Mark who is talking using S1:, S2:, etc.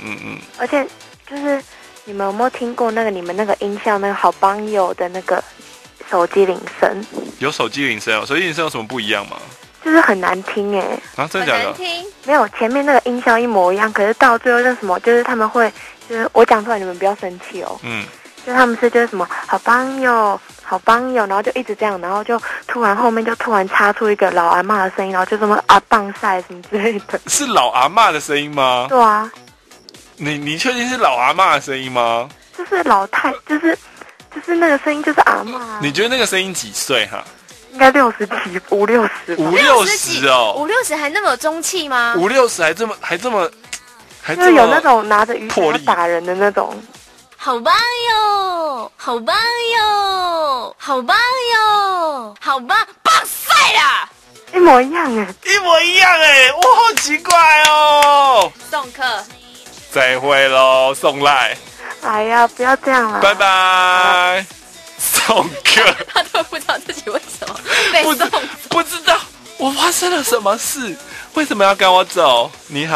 S1: 嗯
S2: 而且就是你们有没有听过那个你们那个音效那个好帮友的那个手机铃声，
S1: 有手机铃声哦，手机铃声有什么不一样吗？
S2: 就是很难听哎、
S1: 啊，真
S3: 很
S1: 的假
S3: 难
S1: 的？
S3: 听，
S2: 没有前面那个音效一模一样，可是到最后那什么，就是他们会就是我讲出来你们不要生气哦，
S1: 嗯，
S2: 就他们是就是什么好帮友。好帮友，然后就一直这样，然后就突然后面就突然插出一个老阿嬷的声音，然后就什么啊棒晒什么之类的。
S1: 是老阿嬷的声音吗？
S2: 对啊，
S1: 你你确定是老阿嬷的声音吗？
S2: 就是老太，就是就是那个声音，就是阿嬷啊。
S1: 你觉得那个声音几岁哈、
S2: 应该六十几，五六十吧，
S1: 五六
S3: 几
S1: 十哦，
S3: 五六十还那么有中气吗？
S1: 五六十还这么还这么还
S2: 就
S1: 这
S2: 是
S1: 么
S2: 有那种拿着雨伞
S1: 魄
S2: 要
S1: 力
S2: 打人的那种。
S3: 好棒哟，好棒哟，好棒哟，好棒，棒晒啦！
S2: 一模一样哎，
S1: 一模一样哎、哇，好奇怪哦。
S3: 送客，
S1: 再会喽，送赖，
S2: 哎呀，不要这样啦！
S1: 拜。拜，送客。
S3: 他都不知道自己为什么被
S1: 不
S3: 哎送
S1: 知不知道我发生了什么事，为什么要赶我走？你好。